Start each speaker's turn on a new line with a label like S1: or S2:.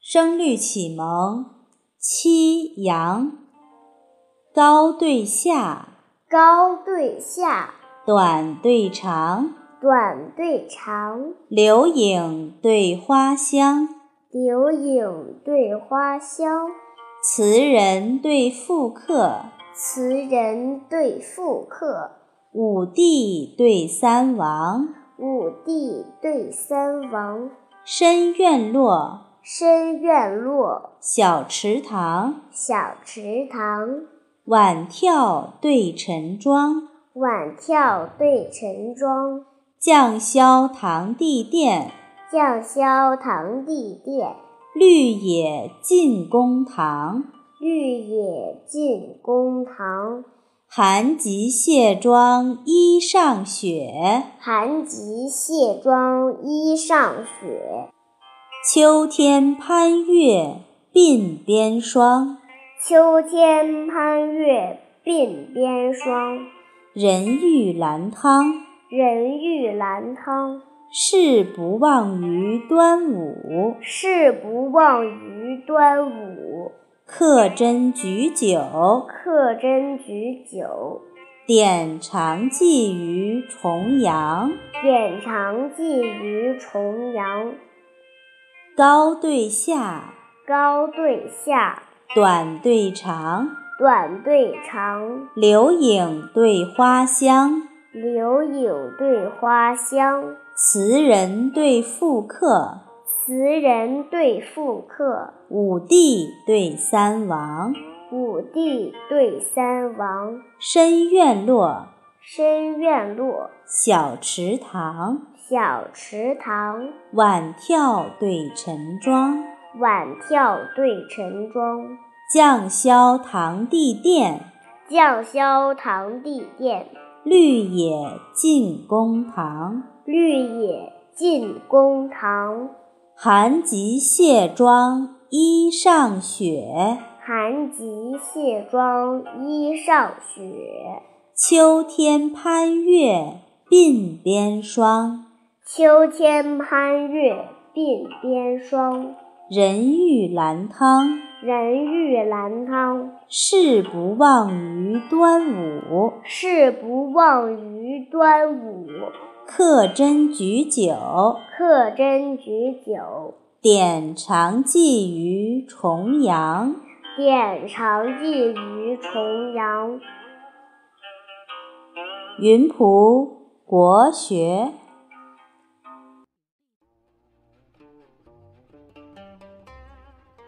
S1: 声律启蒙》七阳，高对下，
S2: 高对下，
S1: 短对长，
S2: 短对长，
S1: 柳影对花香，
S2: 柳影对花香，
S1: 词人对赋客，
S2: 词人对赋客，
S1: 五帝对三王，
S2: 五帝对三王，
S1: 深院落，
S2: 深院落，
S1: 小池塘，
S2: 小池塘，
S1: 晚眺对晨妆，
S2: 晚眺对晨妆，
S1: 绛霄堂地殿，
S2: 绛霄堂地殿，
S1: 绿野进宫堂。
S2: 绿野进宫堂。
S1: 寒极卸妆衣上雪，
S2: 寒极卸妆衣上雪，
S1: 秋天攀月鬓边霜。
S2: 秋天攀月鬓边霜。
S1: 人欲兰汤，
S2: 人欲兰汤，
S1: 事不忘于端午。
S2: 事不忘于端午。
S1: 客斟菊酒，
S2: 客斟菊酒，
S1: 典长寄于重阳。
S2: 典藏寄于重阳。
S1: 高对下，
S2: 高对下，
S1: 短对长，
S2: 短对长，
S1: 柳影对花香，
S2: 柳影对花香，
S1: 词人对赋客，
S2: 词人对赋客，
S1: 五帝对三王。
S2: 五帝对三王，
S1: 深院落，
S2: 深院落，
S1: 小池塘，
S2: 小池塘，
S1: 晚眺对晨妆，
S2: 晚眺对晨妆，
S1: 绛霄堂地殿，
S2: 绛霄堂地殿，
S1: 绿野进宫堂。
S2: 绿野进宫堂。
S1: 寒极卸妆衣上雪，
S2: 寒极卸妆衣上雪，
S1: 秋天攀月鬓边霜。
S2: 秋天攀月鬓边霜。
S1: 人欲兰汤，
S2: 人欲兰汤，
S1: 事不忘于端午。
S2: 事不忘于端午。
S1: 客斟菊酒，
S2: 客斟菊酒，
S1: 典长寄于重阳。
S2: 典藏寄于重阳。
S1: 云浦国学。